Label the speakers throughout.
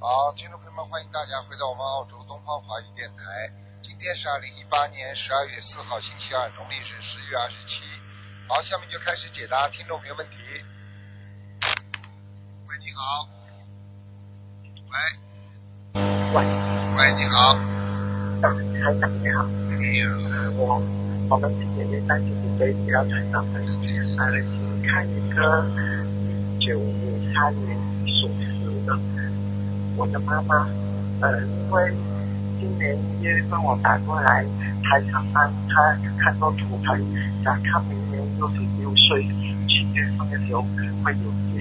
Speaker 1: 好，听众朋友们，欢迎大家回到我们澳洲东方华语电台。今天是二零一八年十二月四号，星期二，农历是十月二十七。好，下面就开始解答听众朋友问题。喂，你好。喂。
Speaker 2: 喂。
Speaker 1: 喂，你好。
Speaker 2: 台长你好，呃我我们姐妹三星期飞比较台长们，呃，请看一个九五三年属实的，我的妈妈，呃，因为今年一月份我打过来，台长帮她看过图腾，想看明年六十六岁七月份的时候会有结，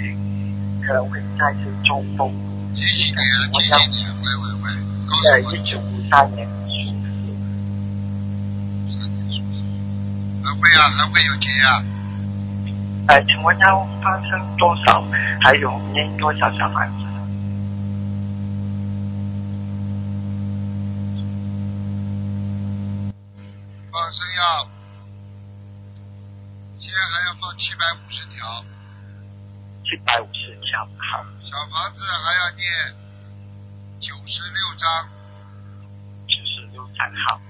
Speaker 2: 可能会再次中风，
Speaker 1: 几几年？
Speaker 2: 我
Speaker 1: 几
Speaker 2: 想
Speaker 1: 几年？喂喂喂，告
Speaker 2: 在
Speaker 1: 诉我
Speaker 2: 呃一
Speaker 1: 你
Speaker 2: 九五三年属实。
Speaker 1: 还会啊，还会有结啊？
Speaker 2: 呃，请问要发生多少？还有念多少小房子？
Speaker 1: 放生要，现在还要放七百五十条，
Speaker 2: 七百五十条。好，
Speaker 1: 小房子还要念九十六章，
Speaker 2: 九十六张。好，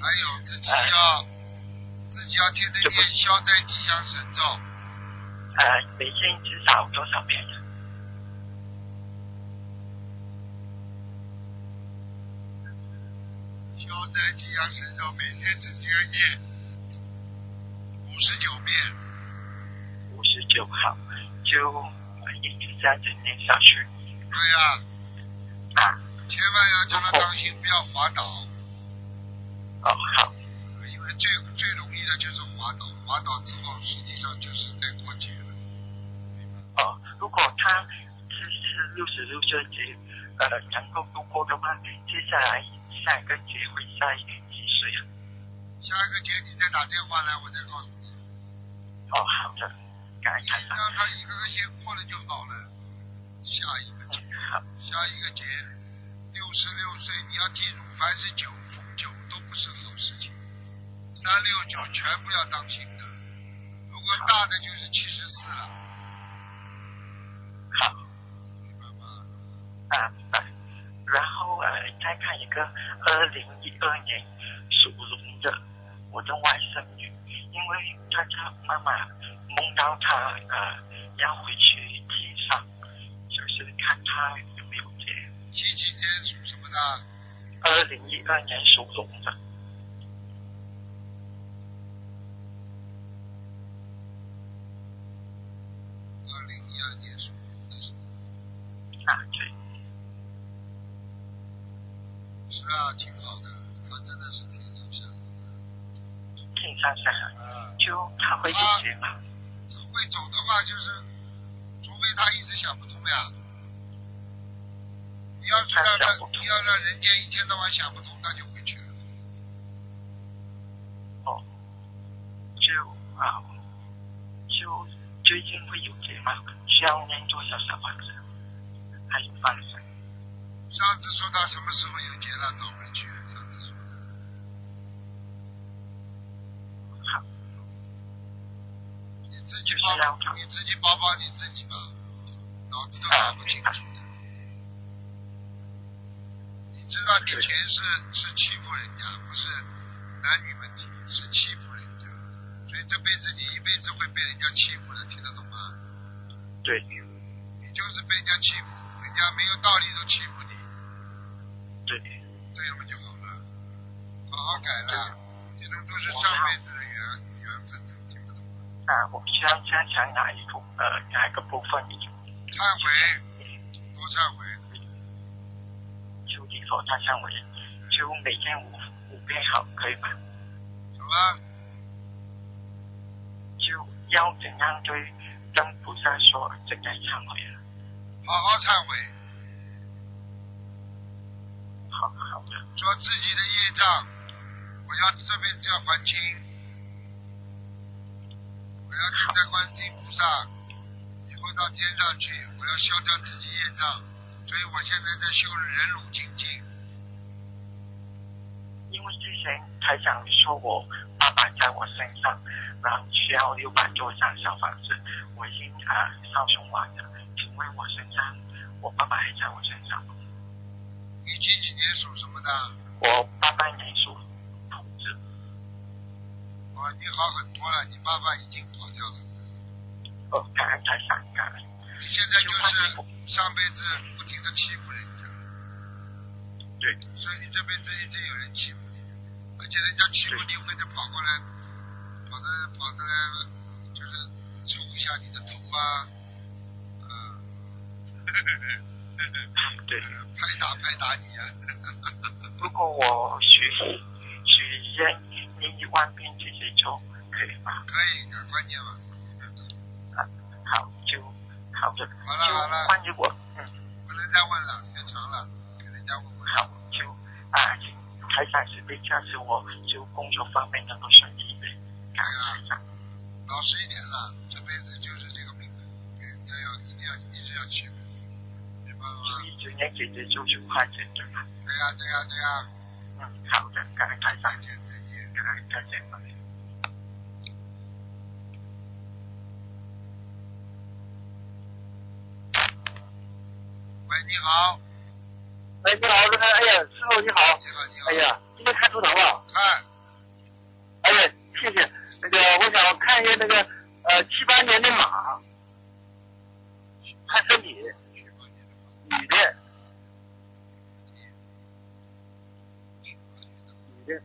Speaker 1: 还有自己要自己要天天念消灾吉祥神咒，
Speaker 2: 呃，每天至少多少遍？
Speaker 1: 消灾吉祥神咒每天自己要念五十九遍，
Speaker 2: 五十九号，就呃一直这样子念下去
Speaker 1: 对呀、
Speaker 2: 啊。
Speaker 1: 千万要叫他当心，不要滑倒，
Speaker 2: 哦，好，
Speaker 1: 因为最最容易的就是滑倒，滑倒之后实际上就是在过节了。
Speaker 2: 哦，如果他是是六十六岁节，呃，能够度过的话，接下来下一个节会在几岁啊？
Speaker 1: 下一个节你再打电话来，我再告诉你。
Speaker 2: 哦，好的，感恩台长。
Speaker 1: 让他一个个先过了就好了。下一个节，
Speaker 2: 嗯好，
Speaker 1: 下一个节，六十六岁你要记住，凡是九逢九都不是好事情，三六九全部要当心的。如果大的就是七十四了，
Speaker 2: 好。
Speaker 1: 明白吗？
Speaker 2: 啊，然后呃，再看一个二零一二年属龙的我的外甥女，因为她她妈妈梦到她呃要回去天上，就是看她有没有接。
Speaker 1: 七几年属什么的？
Speaker 2: 二零一二年属龙的，
Speaker 1: 二零一二年属龙的。
Speaker 2: 啊对，
Speaker 1: 是啊，挺好的，他真的是挺上下的。
Speaker 2: 天上下来
Speaker 1: 啊，
Speaker 2: 就她会有接嘛？
Speaker 1: 会走的话，就是除非他一直想不通呀。你要是让
Speaker 2: 他
Speaker 1: 他
Speaker 2: 想不，通
Speaker 1: 你要让人家一天到晚想不通，他就回去了。
Speaker 2: 哦，就啊就最近会有接嘛？需要念多少小房子？还有放生？
Speaker 1: 上次说他什么时候有结了，找回去。上次说的，
Speaker 2: 好。
Speaker 1: 你自己
Speaker 2: 就是让
Speaker 1: 包，
Speaker 2: 他
Speaker 1: 你自己包包你自己吧，脑子都
Speaker 2: 哎
Speaker 1: 搞不清楚的。你知道你前世是欺负人家，不是男女问题，是欺负人家，所以这辈子你一辈子会被人家欺负的，听得懂吗？
Speaker 2: 对，
Speaker 1: 你就是被人家欺负，人家没有道理都欺负你，
Speaker 2: 对，
Speaker 1: 这样不就好了？好好改了，这种都是上辈子的缘缘分的，听不懂吗？
Speaker 2: 啊，我需要加强哪一部呃哪一个部分已经
Speaker 1: 忏悔，多忏悔，
Speaker 2: 就以后加强为，就每天五五遍好，可以吗？
Speaker 1: 什么？
Speaker 2: 就要怎样对跟菩萨说怎样忏悔啊？
Speaker 1: 好好忏悔，
Speaker 2: 好好的，
Speaker 1: 说自己的业障，我要这辈子要还清，我要求在观世音菩萨，以后到天上去，我要消掉自己业障，所以我现在在修忍辱精进。
Speaker 2: 因为之前台长说我爸爸在我身上，然后需要六百多张小房子，我已经啊烧送完了，请问我身上
Speaker 3: 我妈妈还在我身上。
Speaker 1: 你几几年属什么的？
Speaker 3: 我八八年属猴子，
Speaker 1: 哦，你好很多了，你爸爸已经跑掉了。
Speaker 3: 哦，感恩台长，感恩。
Speaker 1: 你现在就是上辈子不停的欺负人家，
Speaker 3: 对，
Speaker 1: 所以你这辈子一直有人欺负你，而且人家欺负你会的跑过来，跑的跑的来，就是抽一下你的头啊，啊，
Speaker 3: 对。
Speaker 1: 拍打拍打你啊，
Speaker 3: 如果我学习许愿念一万遍这些咒，可以吗？
Speaker 1: 可以的，关键嘛。
Speaker 3: 啊，好，就好的。
Speaker 1: 好了好了
Speaker 3: 就关于我，嗯，
Speaker 1: 不能再问了，太长了，给人家问问。
Speaker 3: 好，就啊，请台长慈悲加持我，就工作方面能够顺利一点。感恩台长，
Speaker 1: 老实一点了，这辈子就是这个命了，给人家要一定要一直要欺负，明白了吗？
Speaker 3: 一九年姐姐就就快成对吧？
Speaker 1: 对呀、对呀、对呀、
Speaker 3: 嗯，好的，感恩台长
Speaker 1: 再，见再见。
Speaker 3: 感恩台长。感恩
Speaker 1: 喂，你好，
Speaker 2: 哎，你好，那个，哎呀，师傅你好，
Speaker 1: 你好你好。
Speaker 2: 哎，呀，今天看图腾了，
Speaker 1: 看，
Speaker 2: 哎呀，谢谢，那个我想看一下那个呃七八年的马，看身体，
Speaker 1: 去吧你的吧
Speaker 2: 女的，女的，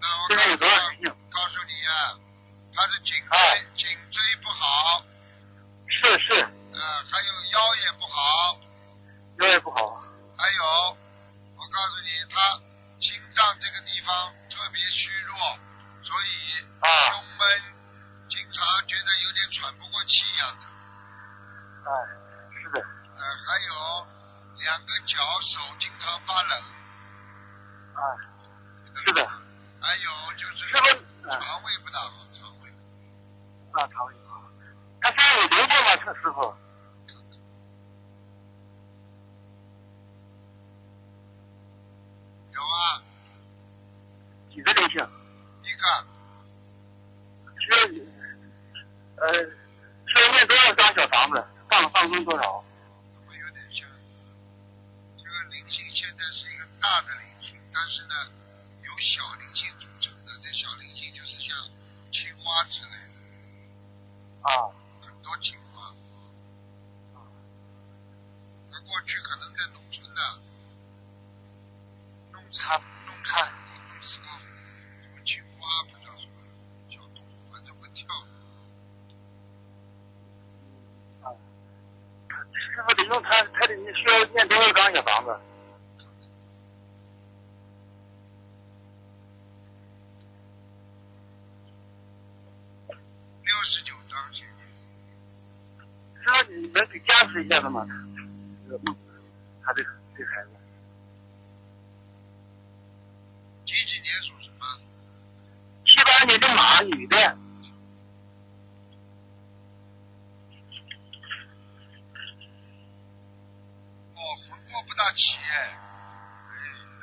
Speaker 1: 那我
Speaker 2: 现在有
Speaker 1: 告诉
Speaker 2: 多少年
Speaker 1: 你，
Speaker 2: 性？
Speaker 1: 告诉你啊，他是颈椎、
Speaker 2: 啊
Speaker 1: 颈椎不好，
Speaker 2: 是是，
Speaker 1: 啊，还有腰也不好，
Speaker 2: 腰也不好，
Speaker 1: 还有，我告诉你，他心脏这个地方特别虚弱，所以
Speaker 2: 啊
Speaker 1: 胸闷，经常觉得有点喘不过气一样的。
Speaker 2: 哎，是的，
Speaker 1: 呃，还有两个脚手经常发冷，
Speaker 2: 哎，是的，
Speaker 1: 还有哎就是
Speaker 2: 师傅，啊
Speaker 1: 肠胃不大好，肠胃
Speaker 2: 那长也好，他身上有灵性吗？这师傅，
Speaker 1: 有啊，
Speaker 2: 几个灵性？
Speaker 1: 一个
Speaker 2: 需要，呃，需要念多少张小房子？放放松多少？
Speaker 1: 怎么有点像这个灵性，现在是一个大的灵性，但是呢，由小灵性组成的，这小灵性就是像青蛙之类的，
Speaker 2: 啊。
Speaker 1: 很多青蛙。那过去可能在农村呢，弄死
Speaker 2: 他
Speaker 1: 弄死
Speaker 2: 他
Speaker 1: 弄死过什么青蛙，不知道什么小动物，反正会跳的。
Speaker 2: 啊，师傅得用他，他得需要念多少张小房子？
Speaker 1: 六十九章写的，
Speaker 2: 师傅，你能给加持一下子吗？这个嗯，他这个这个孩子，
Speaker 1: 几几年属什么？
Speaker 2: 七八年的马，女的，
Speaker 1: 哦，魂魄不大齐哎，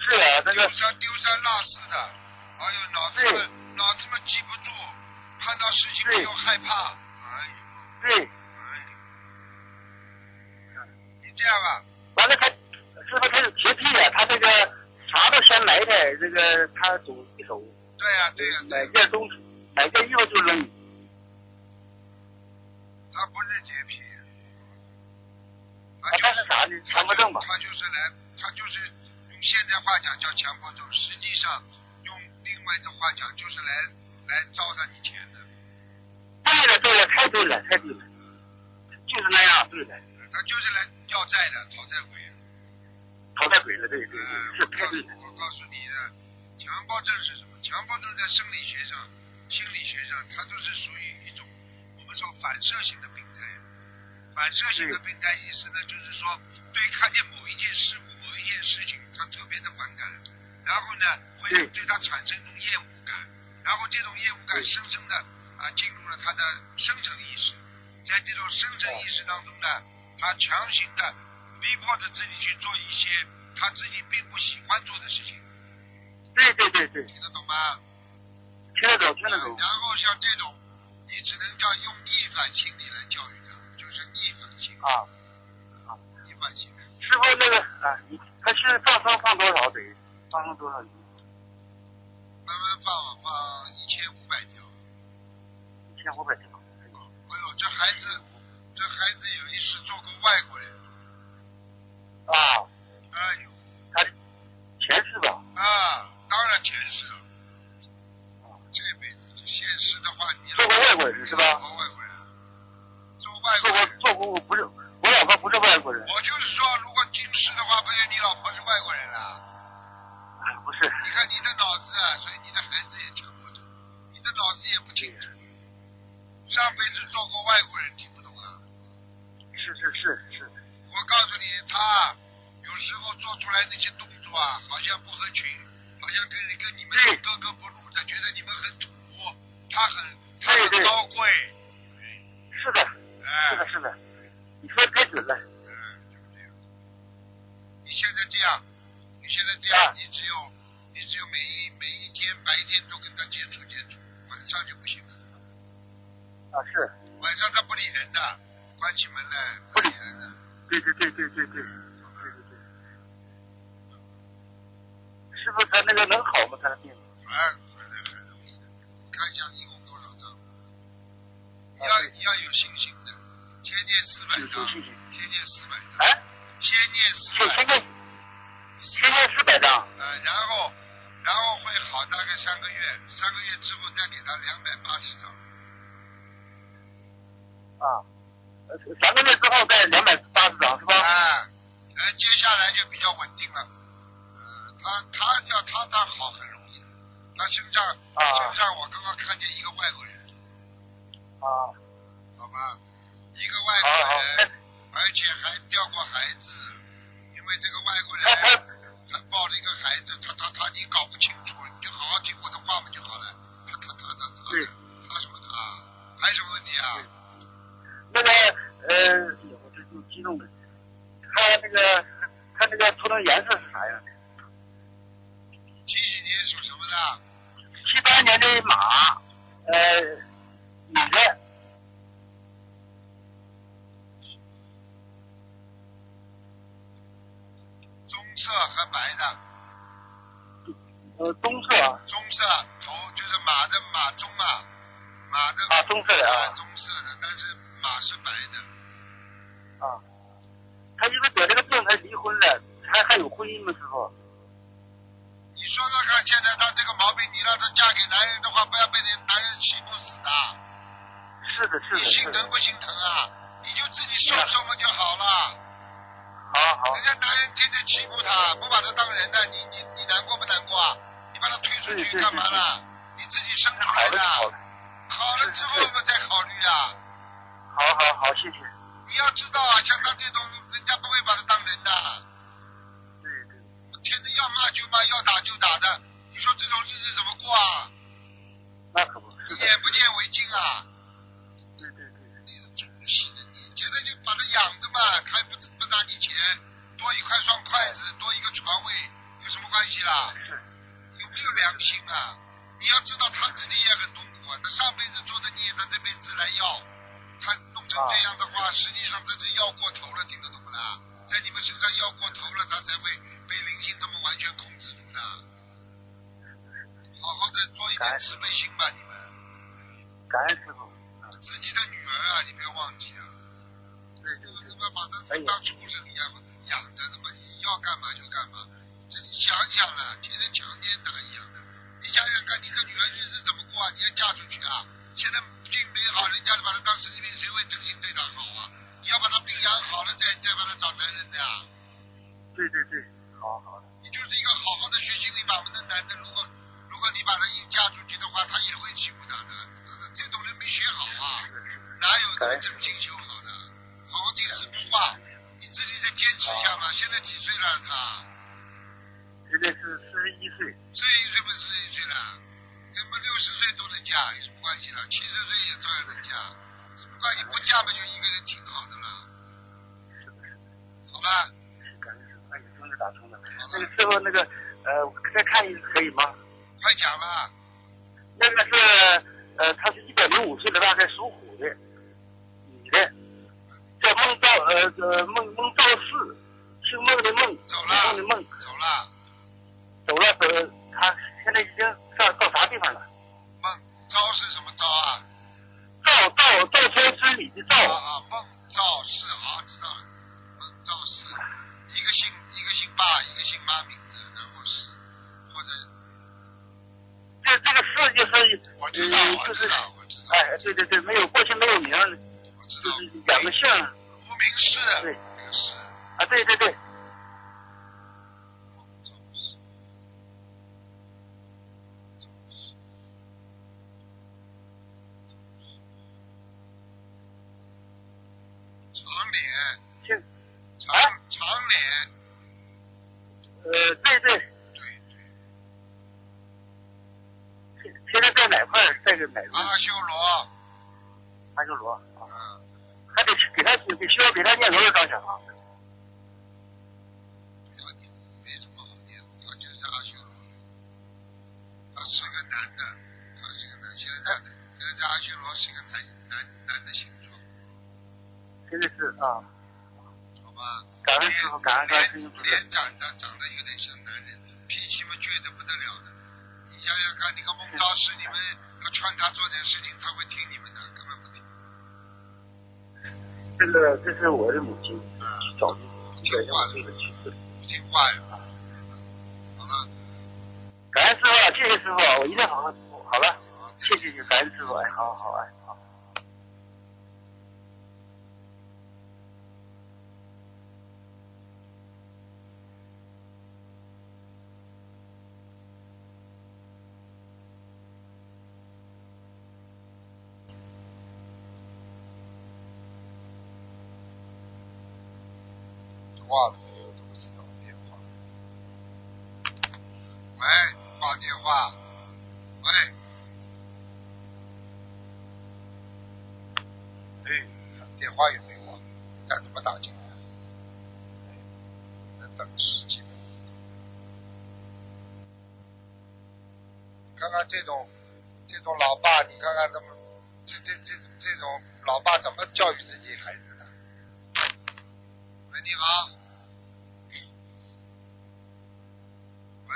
Speaker 2: 是啊，
Speaker 1: 丢
Speaker 2: 那个
Speaker 1: 三丢三落四的，哎呦，脑子
Speaker 2: 对
Speaker 1: 们脑子们记不住，看到事情
Speaker 2: 对
Speaker 1: 又害怕，哎呦
Speaker 2: 对，
Speaker 1: 哎
Speaker 2: 嗯
Speaker 1: 呦，你这样啊吧，
Speaker 2: 完了他师傅他有洁癖啊，他这个啥都先埋汰，这个他总一手
Speaker 1: 对呀、对呀、
Speaker 2: 买
Speaker 1: 对、
Speaker 2: 件东西买件衣服就扔，
Speaker 1: 他不是洁癖，他
Speaker 2: 啊
Speaker 1: 就
Speaker 2: 他是啥呢？强迫症吧？
Speaker 1: 他就是来，他就是用现在话讲叫强迫症，实际上用另外的话讲就是来来糟蹋你钱的。
Speaker 2: 对了对了，太对了太对了，就是那样对了，
Speaker 1: 他就是来要债的，讨债鬼。
Speaker 2: 讨债鬼了，对对
Speaker 1: 呃，
Speaker 2: 对，
Speaker 1: 我
Speaker 2: 是
Speaker 1: 告
Speaker 2: 太对
Speaker 1: 诉
Speaker 2: 了。
Speaker 1: 我告诉你的，强迫症是什么？强迫症在生理学上、心理学上，它都是属于一种我们说反射性的病态。反射性的病态意思呢，就是说对看见某一件事物、某一件事情，他特别的反感，然后呢，会
Speaker 2: 对
Speaker 1: 对它产生一种厌恶感，然后这种厌恶感
Speaker 2: 对
Speaker 1: 深深的啊进入了他的深层意识，在这种深层意识当中呢，他强行的逼迫着自己去做一些他自己并不喜欢做的事情，
Speaker 2: 对对对对，
Speaker 1: 听得懂吗？
Speaker 2: 听得懂，听得懂。
Speaker 1: 然后像这种，你只能叫用逆反心理来教育他，就是逆反心理。
Speaker 2: 啊，啊，
Speaker 1: 没关系。
Speaker 2: 师傅那个啊，你他是放生放多少得放生多少鱼？
Speaker 1: 慢慢放，放一千五百条。
Speaker 2: 一千五百条。
Speaker 1: 哎呦，这孩子，这孩子有一次做过外国人，
Speaker 2: 啊，
Speaker 1: 哎呦，
Speaker 2: 他前世吧，
Speaker 1: 啊，当然前世了，这辈子现实的话，你
Speaker 2: 做过外国人是
Speaker 1: 做
Speaker 2: 吧？
Speaker 1: 过外国人，啊做外国
Speaker 2: 做过
Speaker 1: 人，
Speaker 2: 做过，我不是我老婆不是外国人，
Speaker 1: 我就是说，如果今世的话，不就你老婆是外国人了？
Speaker 2: 啊不是，
Speaker 1: 你看你的脑子啊，所以你的孩子也听不懂，你的脑子也不清楚，上辈子做过外国人，听不懂啊？
Speaker 2: 是是是是，
Speaker 1: 我告诉你，他啊有时候做出来那些动作啊，好像不合群，好像跟你跟你们
Speaker 2: 对
Speaker 1: 格格不入的，觉得你们很土，他很他
Speaker 2: 对
Speaker 1: 很
Speaker 2: 对
Speaker 1: 高贵，
Speaker 2: 是的，是的
Speaker 1: 哎，
Speaker 2: 是的，你说得太准了，
Speaker 1: 嗯，就是这样。你现在这样，你现在这样，
Speaker 2: 啊
Speaker 1: 你只有你只有每一每一天白天都跟他接触接触，晚上就不行了。
Speaker 2: 啊是，
Speaker 1: 晚上他不理人的，关起门来不理人的。
Speaker 2: 对对对对对对对对对，师傅他那个能好吗？他的病，
Speaker 1: 哎，反正很容易的。看一下一共多少张？你要你要有信心的，先念四百
Speaker 2: 哎有
Speaker 1: 张，
Speaker 2: 信心
Speaker 1: 先念四百张，
Speaker 2: 哎，
Speaker 1: 先念四
Speaker 2: 现
Speaker 1: 百
Speaker 2: 现，在现在四百张，
Speaker 1: 呃，然后然后会好大概三个月，三个月之后再给他两百八十张，
Speaker 2: 啊，呃三个月之后再两百八十张是吧？
Speaker 1: 哎，呃，接下来就比较稳定了。呃，他他要他他好很容易的，他身上、
Speaker 2: 啊
Speaker 1: 身上我刚刚看见一个外国人，
Speaker 2: 啊，
Speaker 1: 好吧，一个外
Speaker 2: 好好
Speaker 1: 国人
Speaker 2: 哎，
Speaker 1: 而且还掉过孩子，因为这个外国 人
Speaker 2: 他他
Speaker 1: 还抱了一个孩子，他他他，你搞不清楚，你就好好听我的话嘛就好了。他他他他他，
Speaker 2: 对
Speaker 1: 他什么的啊？还有什么问题啊？
Speaker 2: 那个呃，哎呦我这就激动了。他那个他那个图腾颜色是啥样的？
Speaker 1: 几几年属什么的？
Speaker 2: 七八年的马，呃，女的，
Speaker 1: 棕色和白的，
Speaker 2: 呃，棕色啊
Speaker 1: 棕色头就是马的马鬃啊，马的
Speaker 2: 啊，棕色的
Speaker 1: 啊
Speaker 2: 啊
Speaker 1: 棕色的，但是马是白的。
Speaker 2: 啊。他因为得这个病，他离婚了，还还有婚姻吗？师傅？
Speaker 1: 你说说看，现在她这个毛病，你让她嫁给男人的话，不要被人男人欺负死的。
Speaker 2: 是的，是
Speaker 1: 你
Speaker 2: 的，
Speaker 1: 心疼
Speaker 2: 是的。
Speaker 1: 不心疼啊？你就自己受受嘛就好了。
Speaker 2: 好好
Speaker 1: 人，家男人天天欺负她，不把她当人呢，你你你难过不难过啊？你把她推出
Speaker 2: 对
Speaker 1: 去
Speaker 2: 对
Speaker 1: 干嘛呢？你自己生出
Speaker 2: 好
Speaker 1: 来
Speaker 2: 的，
Speaker 1: 的，
Speaker 2: 好的，
Speaker 1: 好了之后我们再考虑啊。
Speaker 2: 好好好，谢谢。
Speaker 1: 你要知道啊，像她这种，人家不会把她当人的。
Speaker 2: 对对，
Speaker 1: 天天要骂就骂，要打就打的，你说这种日子怎么过啊？
Speaker 2: 那可不是的
Speaker 1: 眼，不见为净啊！
Speaker 2: 对对对，
Speaker 1: 你真是的，你现在就把他养着嘛，还不不拿你钱，多一块双筷子，多一个床位，有什么关系啦？
Speaker 2: 是
Speaker 1: 有没有良心啊？你要知道他自己也很痛苦啊，他上辈子做的孽，他这辈子来要，他弄成这样的话，实际上他是要过头了，听得懂不啦？在你们身上要过头了，他才会被灵性这么完全控制住的。好好的做一点慈悲心吧，你们。
Speaker 2: 感恩师傅。
Speaker 1: 自己的女儿啊，你不要忘记啊。哎
Speaker 2: 对对
Speaker 1: 就
Speaker 2: 对
Speaker 1: 是。把把她当畜生一样养着，那么你要干嘛就干嘛。这你想想了，天天强奸打一样的，你想想看，你这女儿日子怎么过啊？你要嫁出去啊？现在病没好，人家把她当神经病，谁会真心对她好啊？你要把她病养好了，再再把她找男人的呀、
Speaker 2: 对对对，好好的，
Speaker 1: 你就是一个好好的学心理法门的男的，如果如果你把他硬嫁出去的话，他也会欺负他的。这种人没学好啊，哪有能正经修好的？好好听师傅话，你自己再坚持一
Speaker 2: 啊
Speaker 1: 下嘛。现在几岁了他？
Speaker 2: 现在是四十一岁，
Speaker 1: 这一岁不是一岁了，那么六十岁都能嫁，有什么关系了？七十岁也照样能嫁，什么关系？不嫁嘛就一个人挺好的了。
Speaker 2: 是的，是的，
Speaker 1: 好了，
Speaker 2: 是感恩师傅，哎呀，终于打通了。那个师傅，那个呃，再看一次可以吗？
Speaker 1: 快讲了，
Speaker 2: 那个是呃，他是一百零五岁的，大概属虎的，女的，叫梦到呃呃梦梦到事，是梦的梦，
Speaker 1: 走
Speaker 2: 做梦的
Speaker 1: 了，
Speaker 2: 梦，
Speaker 1: 走了，
Speaker 2: 走了走了，他现在已经到到啥地方了？
Speaker 1: 梦招是什么招啊？
Speaker 2: 赵赵赵天之礼的赵，
Speaker 1: 啊啊，孟赵氏啊，知道了，孟赵氏，一个姓一个姓爸，一个姓妈名字，然后是或者
Speaker 2: 这这个事就是
Speaker 1: 我知道
Speaker 2: 嗯
Speaker 1: 我
Speaker 2: 就是
Speaker 1: 知道我知道
Speaker 2: 哎对对对，没有过去没有名儿，
Speaker 1: 我知
Speaker 2: 就
Speaker 1: 道
Speaker 2: 是两个姓儿
Speaker 1: 无名氏
Speaker 2: 对
Speaker 1: 这个氏
Speaker 2: 啊，对对对，
Speaker 1: 孟赵氏，赵氏，赵氏，长脸
Speaker 2: 姓啊
Speaker 1: 长长脸，
Speaker 2: 呃对对，
Speaker 1: 对对，
Speaker 2: 现现在在哪块儿？在这哪个
Speaker 1: 阿修罗，
Speaker 2: 阿修罗？啊
Speaker 1: 嗯。
Speaker 2: 还得给他得需要给他念多少张小房子？
Speaker 1: 他没什么好念，他就是阿修罗，他是个男的，他是个男，现在在现在在阿修罗是个男男男的形状，
Speaker 2: 真的是啊，
Speaker 1: 好吧？
Speaker 2: 感恩师傅，感恩感恩师
Speaker 1: 脸
Speaker 2: 傅。
Speaker 1: 脸长得长得有点像男人，脾气嘛倔得不得了的。你想想看，你个孟昭师，你们要劝他做点事情，他会听你们的，根本不听。
Speaker 2: 这个这是我的母亲，
Speaker 1: 嗯，
Speaker 2: 早就人我这个去世。
Speaker 1: 不听话呀。好了，
Speaker 2: 感恩师傅，谢谢师傅，我一定好好服务。好了，
Speaker 1: 好，再见
Speaker 2: 谢谢你，感恩师傅，哎，好好哎，好。
Speaker 1: 挂了没有都不知道电话。喂，挂哎电话。喂。哎，电话也没挂，干什么打进来？哎，能等十几分钟。你看看这种，这种老爸，你看看他们，这这这这种老爸怎么教育自己孩子的？喂，你好。喂，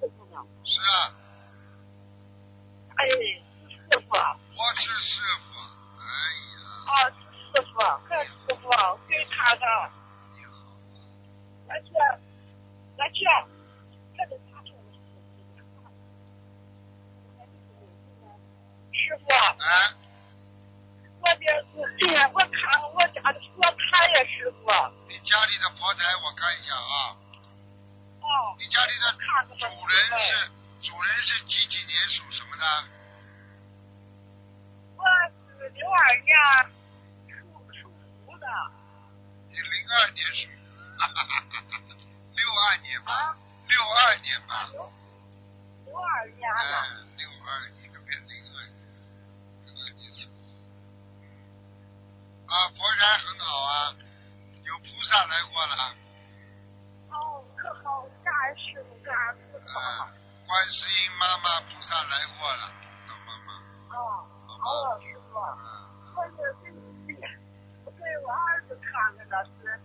Speaker 4: 师傅呢？
Speaker 1: 是啊，
Speaker 4: 哎，是师傅啊！
Speaker 1: 我是师傅。哎呀，
Speaker 4: 啊，是师傅啊，怪师傅啊，怪他的。
Speaker 1: 你好，
Speaker 4: 而且，而且，这个大头是师傅啊，
Speaker 1: 哎，
Speaker 4: 我的，我我看我家的佛台呀，师傅啊，
Speaker 1: 你家里的佛台我看一下啊，
Speaker 4: 哦，
Speaker 1: 你家里的
Speaker 4: 看着吧
Speaker 1: 主人是主人是几几年属什么的？
Speaker 4: 我是六二年属属虎的
Speaker 1: 你零二年属， 哈哈哈哈哈，六二年吧，六二年吧，
Speaker 4: 六六二年
Speaker 1: 哎
Speaker 4: 的，，
Speaker 1: 六二你个别零二年，零二年属，啊，佛台很好啊，有菩萨来过了。
Speaker 4: 哦，可好，感恩师傅，感恩菩萨
Speaker 1: 啊。，观世音妈妈菩萨来过了，老妈呃妈。
Speaker 4: 哦，好了，师傅，我是给你，我给我儿子看的那是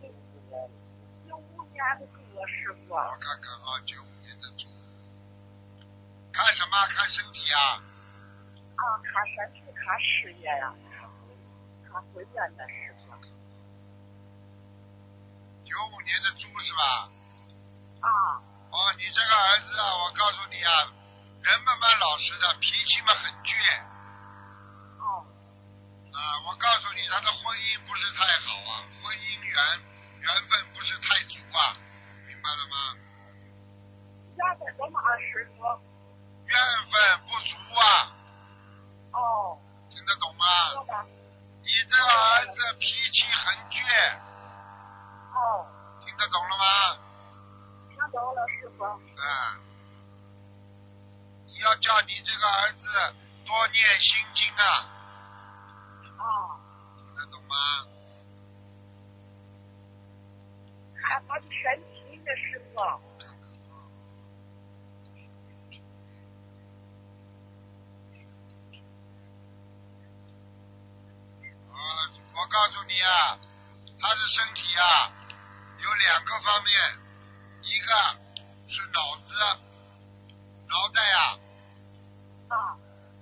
Speaker 4: 九五年，九五年的狗啊，师傅。
Speaker 1: 我看看啊，九五年的猪。看什么？看身体啊？
Speaker 4: 啊，看身体，看事业呀，看婚姻看婚姻的师傅。
Speaker 1: 九五年的猪是吧？
Speaker 4: 啊，
Speaker 1: 哦，你这个儿子啊，我告诉你啊，人嘛蛮老实的，脾气嘛很倔
Speaker 4: 哦，
Speaker 1: 啊。我告诉你，他的婚姻不是太好啊，婚姻缘缘分不是太足啊，明白了吗？
Speaker 4: 原本我妈师傅，
Speaker 1: 缘分不足啊，
Speaker 4: 哦，
Speaker 1: 听得懂吗？
Speaker 4: 我吧，
Speaker 1: 你这个儿子脾气很倔，
Speaker 4: 哦，
Speaker 1: 听得懂了吗？
Speaker 4: 听懂了，师傅。
Speaker 1: 啊，你要叫你这个儿子多念心经啊，
Speaker 4: 啊，
Speaker 1: 听得懂吗？
Speaker 4: 看他的身体呢，师傅。
Speaker 1: 告诉你啊，他的身体啊有两个方面，一个是脑子，脑袋啊，
Speaker 4: 啊，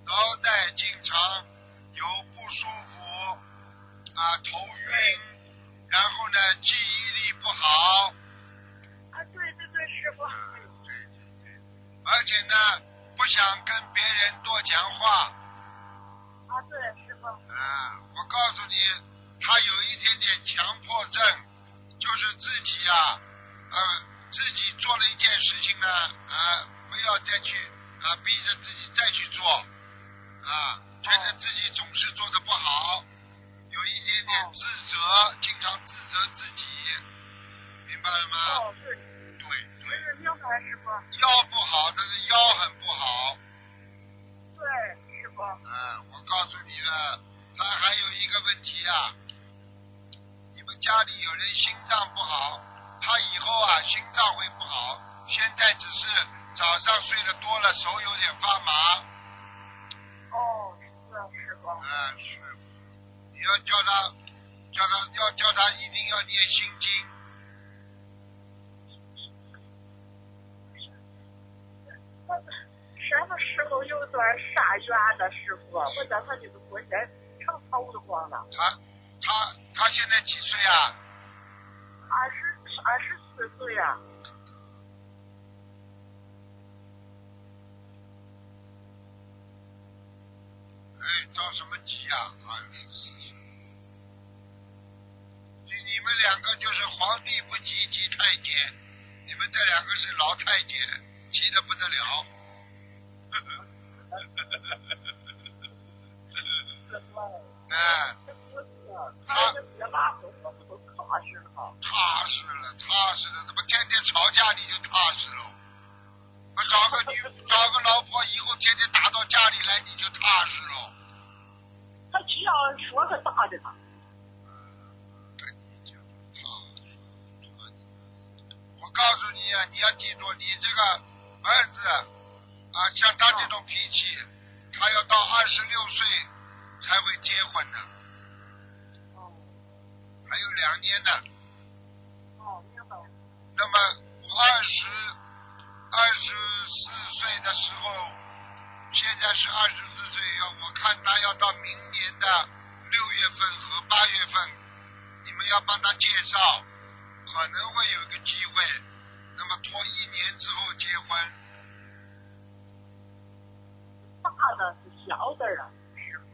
Speaker 1: 脑袋经常有不舒服啊，头晕，然后呢记忆力不好，
Speaker 4: 啊，对对对，师傅，啊
Speaker 1: 对对对，而且呢不想跟别人多讲话。
Speaker 4: 啊，对师傅，
Speaker 1: 啊，我告诉你，他有一点点强迫症，就是自己呀、啊，呃，自己做了一件事情呢，啊，不要再去啊，逼着自己再去做，啊，觉得自己总是做的不好，有一点点自责，经常自责自己，明白了吗？
Speaker 4: 哦，对，
Speaker 1: 对
Speaker 4: 就
Speaker 1: 对，
Speaker 4: 是明白师傅，
Speaker 1: 腰不好，他的腰很不好。
Speaker 4: 对师傅，
Speaker 1: 啊，我告诉你了，他还有一个问题啊，你们家里有人心脏不好，他以后啊心脏会不好。现在只是早上睡得多了，手有点发麻，
Speaker 4: 哦，是师傅，
Speaker 1: 啊，是，你要叫他，叫他要叫他一定要念心经，
Speaker 4: 我什么时候有段啥冤的师傅？我在他这个国家成头的慌了，
Speaker 1: 他他他现在几岁啊？
Speaker 4: 二十二十四岁啊，
Speaker 1: 哎，着什么急哎呀、二十四岁。你你们两个就是皇帝不急急太监，你们这两个是老太监，急得不得了。
Speaker 4: 师傅，
Speaker 1: 哎，
Speaker 4: 这不是他这爹妈和我们都踏实了，
Speaker 1: 踏实了，踏实了，怎么天天吵架你就踏实了？我找个女，找个老婆，以后天天打到家里来，你就踏实了。
Speaker 4: 他只要说个大的他，
Speaker 1: 跟你讲，他是他呃我告诉你啊，你要记住，你这个儿子啊，像他这种脾气，他要到二十六岁才会结婚呢，
Speaker 4: 哦
Speaker 1: 还有两年呢。
Speaker 4: 哦，明白，
Speaker 1: 那么我二十二十四岁的时候，现在是二十四岁，要我看他要到明年的六月份和八月份，你们要帮他介绍，可能会有一个机会，那么拖一年之后结婚，
Speaker 4: 大的是小的啊，师傅，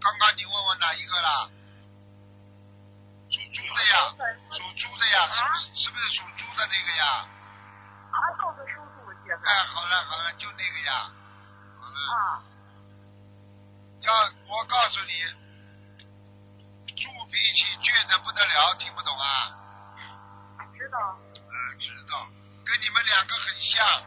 Speaker 1: 刚刚你问我哪一个啦？属猪的呀，属猪的呀，是不是是不是属猪的那个呀？
Speaker 4: 俺都是手术结的
Speaker 1: 哎，好了好了，就那个呀，好了。
Speaker 4: 啊，
Speaker 1: 要我告诉你，猪脾气倔得不得了，听不懂啊？
Speaker 4: 知道。
Speaker 1: 嗯，知道，跟你们两个很像。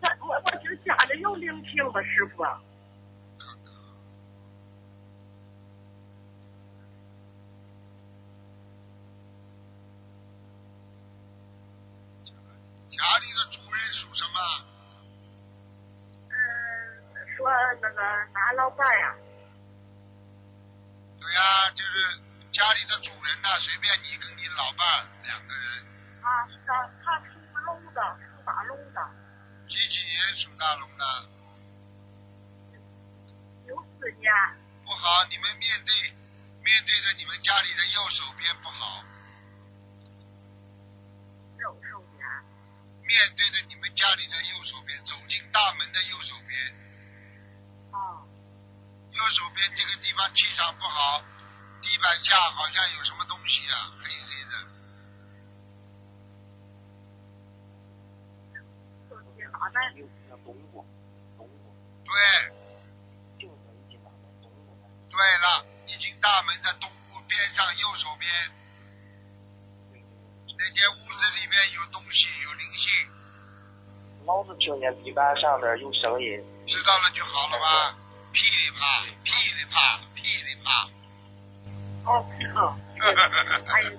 Speaker 4: 那我我就家里有灵性吧，师傅。
Speaker 1: 看看啊家里的主人属什么？
Speaker 4: 嗯，说那个俺老伴呀、
Speaker 1: 对呀、就是家里的主人呐、随便你跟你老伴儿两个人。
Speaker 4: 啊，他他属龙的，属马龙的，
Speaker 1: 几几年属大龙的？
Speaker 4: 九四年。
Speaker 1: 不好，你们面对面对着你们家里的右手边不好，
Speaker 4: 肉瘦年，
Speaker 1: 面对着你们家里的右手边，走进大门的右手边，
Speaker 4: 啊，
Speaker 1: 右手边这个地方气场不好，地板下好像有什么东西啊，黑黑的。
Speaker 4: 就是你哪来的？
Speaker 1: 对，对了，你进大门的东屋边上右手边，那间屋子里面有东西，有灵性，
Speaker 3: 老子听见地板上边有声音，
Speaker 1: 知道了就好了吧？噼里啪，噼里啪，噼里啪。
Speaker 4: 哦，师傅。哎呀，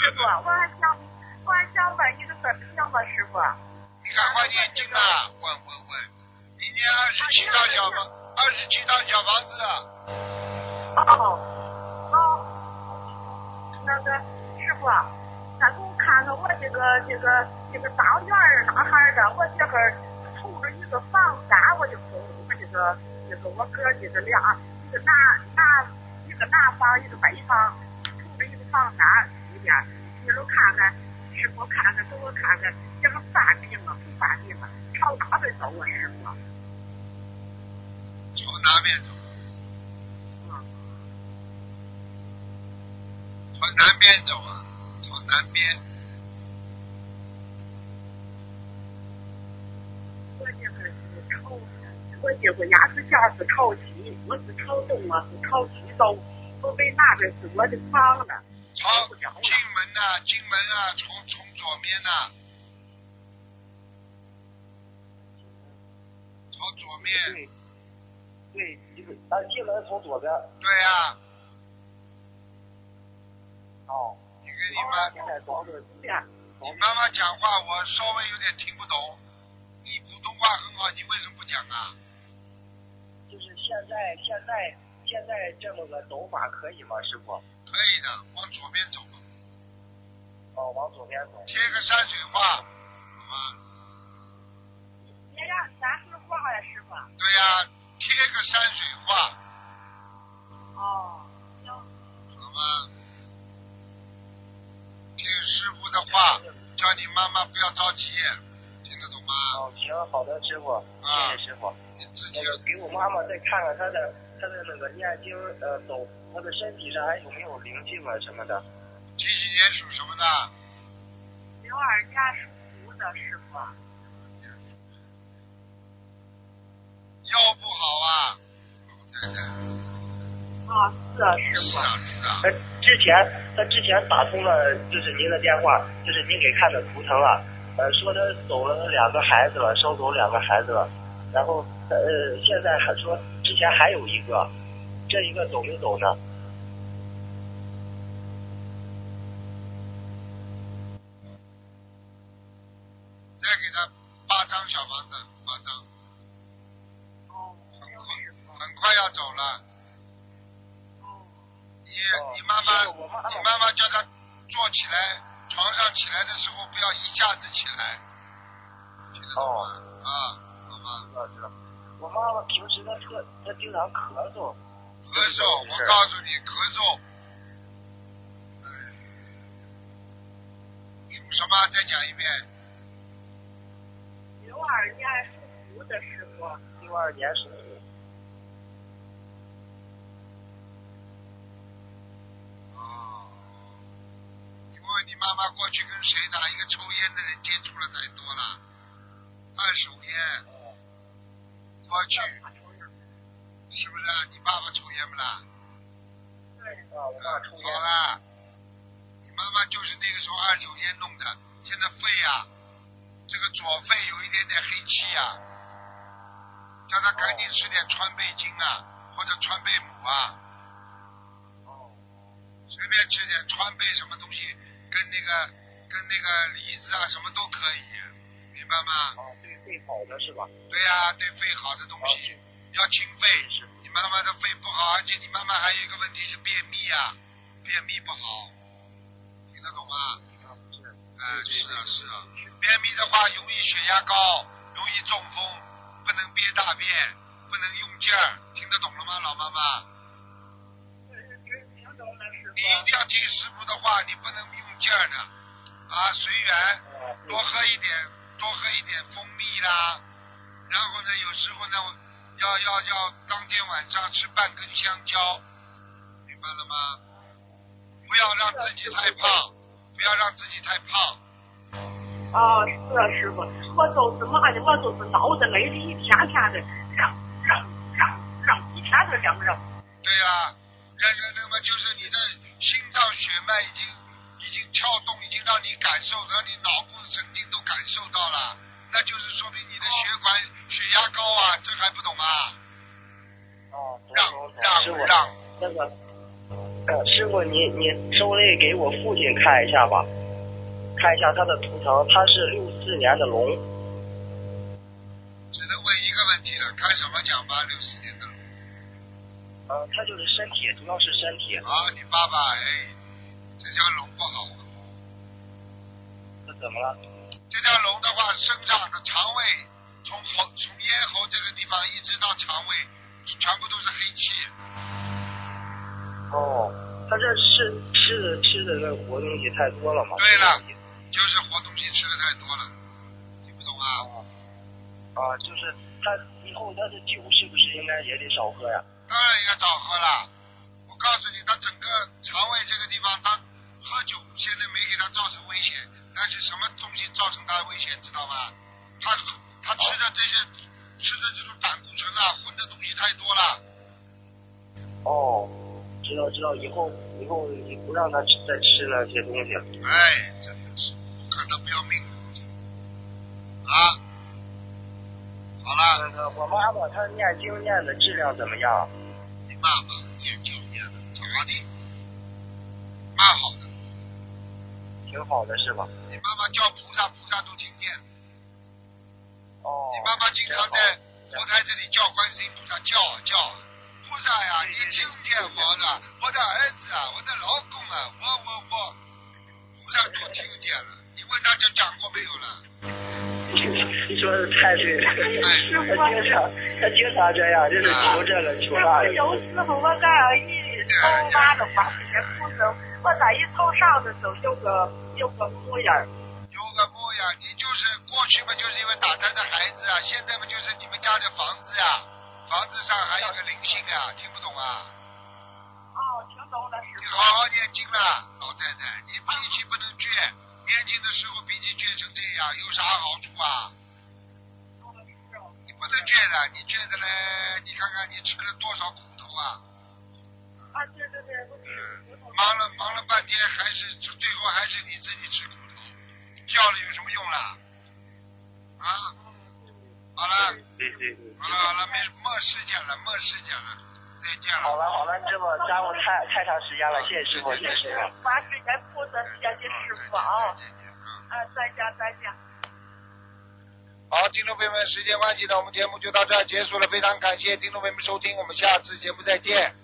Speaker 4: 师傅，我还想我还想买一个怎么样吧，师傅？
Speaker 1: 你赶快念呐，问问问，明年二十七套小房，二十七套小房子啊，
Speaker 4: 哦，哦，那个师傅啊，咱给我看看我这个这个这个当院儿哪哈儿的，我这会儿冲着一个房山，我就跟我这个这个我哥这个俩，一个南南一个南方，一个北方，冲着一个房山里边，你都看看，师傅看看，给我看看，这个犯病啊不犯病啊，朝哪边走啊，师傅啊？
Speaker 1: 朝南边走，
Speaker 4: 嗯，
Speaker 1: 朝南边走啊，朝南边，
Speaker 4: 我这个是朝，我这个伢子家是朝西，我是朝东啊，是朝西走。我为那边是我的房了，
Speaker 1: 朝
Speaker 4: 走不了了。
Speaker 1: 进门呐、进门啊，从从左边啊呐、朝左面，
Speaker 2: 对，对，一个啊，进门从左边。
Speaker 1: 对啊，
Speaker 2: 哦，
Speaker 1: 你跟你妈
Speaker 2: 现在装的
Speaker 4: 对呀，
Speaker 1: 你妈妈讲话，我稍微有点听不懂。你普通话很好，你为什么不讲啊？
Speaker 2: 就是现在现在现在这么个走法可以吗，师傅？
Speaker 1: 可以的，往左边走吧，
Speaker 2: 哦，往左边走。
Speaker 1: 贴个山水画，好吧？
Speaker 4: 别让咱说话呀，师傅。
Speaker 1: 对呀、贴个山水画，
Speaker 4: 哦，行，
Speaker 1: 好吗？听师傅的话，叫你妈妈不要着急，听得懂吗？
Speaker 2: 哦，行，好的，师傅，谢谢师傅。
Speaker 1: 你自己
Speaker 2: 那
Speaker 1: 要
Speaker 2: 个给我妈妈再看看她的她的那个念经呃走，她的身体上还有没有灵性啊什么的。
Speaker 1: 几几年属什么的？
Speaker 4: 零二年属虎的师傅。
Speaker 1: 腰不好啊，太太。
Speaker 4: 啊，是啊，师
Speaker 1: 是啊
Speaker 4: 傅。
Speaker 1: 是啊
Speaker 2: 她，之前她之前打通了就是您的电话，就是您给看的图腾啊，呃说她走了两个孩子了，收走两个孩子了，然后呃现在还说之前还有一个，这一个走没走呢？
Speaker 1: 再给他八张小房子，八张，
Speaker 4: 哦，
Speaker 1: 很
Speaker 4: 行，师傅。
Speaker 1: 快很快要走了。
Speaker 4: 哦，
Speaker 1: 你
Speaker 2: 哦
Speaker 1: 你妈妈，
Speaker 2: 师傅我妈妈
Speaker 1: 你妈妈叫他坐起来，床上起来的时候不要一下子起来，听得懂
Speaker 2: 哦
Speaker 1: 吗？啊，好吗？
Speaker 2: 知道知道。我妈妈平时她特她经常咳嗽，
Speaker 1: 咳嗽，
Speaker 2: 是
Speaker 1: 我告诉你，咳嗽。哎，属什么？再讲一遍。
Speaker 4: 零二年属虎的师傅。
Speaker 2: 六二年属虎。
Speaker 1: 哦，因为你妈妈过去跟谁哪一个抽烟的人接触了太多了，二手烟，
Speaker 2: 哦
Speaker 1: 过去是不是啊？你爸爸抽烟不啦？
Speaker 4: 对，
Speaker 2: 啊，我爸抽烟
Speaker 1: 好。啦，你妈妈就是那个时候二手烟弄的，现在肺啊，这个左肺有一点点黑气啊，叫他赶紧吃点川贝精啊，或者川贝母啊。
Speaker 2: 哦
Speaker 1: 随便吃点川贝什么东西，跟那个跟那个梨子啊什么都可以，明白吗？
Speaker 2: 哦，对肺好的是吧？
Speaker 1: 对呀、对肺好的东西要清肺。
Speaker 2: 是
Speaker 1: 你妈妈的肺不好，而且你妈妈还有一个问题是便秘啊，便秘不好，听得懂吗？
Speaker 2: 啊是。
Speaker 1: 哎、是啊是啊，便秘的话容易血压高，容易中风，不能憋大便，不能用劲儿，听得懂了吗，老妈妈？
Speaker 4: 这这听懂了，师
Speaker 1: 你一定
Speaker 4: 傅。
Speaker 1: 要听师傅的话，你不能用劲儿的，啊，随缘，
Speaker 2: 哦
Speaker 1: 多喝一点，多喝一点蜂蜜啦。然后呢，有时候呢，我要要要当天晚上吃半根香蕉，明白了吗？不要让自己太胖，不要让自己太胖。
Speaker 4: 啊，是啊，师傅，我都是嘛的，啊我都是脑子累的，一天天的嚷嚷嚷嚷，一天都嚷嚷。
Speaker 1: 对啊呀、那那那么就是你的心脏血脉已经已经跳动，已经让你感受，让你脑部神经都感受到了，那就是说明你的血管血压高啊，这还不懂啊？
Speaker 2: 哦，懂
Speaker 1: 让
Speaker 2: 懂懂。师
Speaker 1: 让
Speaker 2: 傅，
Speaker 1: 让，
Speaker 2: 那个，呃，师傅，你你稍微给我父亲看一下吧，看一下他的图腾，他是六四年的龙。
Speaker 1: 八六四年的龙
Speaker 2: 呃，他就是身体，主要是身体，
Speaker 1: 啊，你爸爸哎，这条龙不好，啊
Speaker 2: 他怎么了？
Speaker 1: 这条龙的话，身上的肠胃从喉从咽喉这个地方一直到肠胃，全部都是黑气，
Speaker 2: 哦，他这吃吃的吃的那活东西太多了嘛？
Speaker 1: 对了就是活东西吃的太多了，听不懂啊？
Speaker 2: 啊，就是他以后他的酒是不是应该也得少喝呀？
Speaker 1: 当然哎要早喝了。我告诉你，他整个肠胃这个地方，他喝酒现在没给他造成危险，但是什么东西造成他的危险，知道吗？他他吃的这些，吃的这种胆固醇啊，荤的东西太多了。
Speaker 2: 哦，知道知道，以后以后你不让他吃再吃那些东西。
Speaker 1: 哎，真的是，我看他不要命了。啊，好了，
Speaker 2: 那个我妈妈她念经念的质量怎么样？
Speaker 1: 你妈妈念旧念的咋的？蛮好的，
Speaker 2: 挺好的是吧？
Speaker 1: 你妈妈叫菩萨，菩萨都听见。
Speaker 2: 哦。
Speaker 1: 你妈妈经常在佛台这里叫观世音菩萨，叫啊叫啊，菩萨呀，
Speaker 2: 对
Speaker 1: 你
Speaker 2: 对对
Speaker 1: 听见我的，我的儿子啊，我的老公啊，我我我，菩萨都听见了。你问他就讲过没有了？
Speaker 2: 你说的太对了，
Speaker 4: 师傅
Speaker 2: 他经常他经常这样，就是求这个求那
Speaker 4: 是
Speaker 1: 哎
Speaker 2: 个。
Speaker 4: 有时候我俺一偷挖了挖这些裤子，我在一头上的时候有个有个模样儿，
Speaker 1: 有个模样，你就是过去嘛，就是因为打胎的孩子啊，现在嘛就是你们家的房子呀、房子上还有个灵性啊，听不懂啊？
Speaker 4: 哦，听懂了师
Speaker 1: 你
Speaker 4: 傅。
Speaker 1: 好好念经啦，老太太，你脾气不能倔，年轻的时候脾气倔成这样，有啥好处啊？你不能倔的，你倔的嘞，你看看你吃了多少苦头啊！
Speaker 4: 啊，对对对，我
Speaker 1: 忙了忙了半天，还是最后还是你自己吃苦头，叫了有什么用啦？啊，好了，
Speaker 2: 对对对。
Speaker 1: 好了好了，没没事情了，没事情了，再见了。
Speaker 2: 好了好了，你这么耽误太太长时间了，谢谢师傅，谢谢师傅。
Speaker 4: 把这些裤子
Speaker 1: 嗯
Speaker 4: 谢谢师傅啊，
Speaker 1: 再见啊。
Speaker 4: 啊，再见再见。
Speaker 1: 好，听众朋友们，时间关系呢，我们节目就到这儿结束了。非常感谢听众朋友们收听，我们下次节目再见。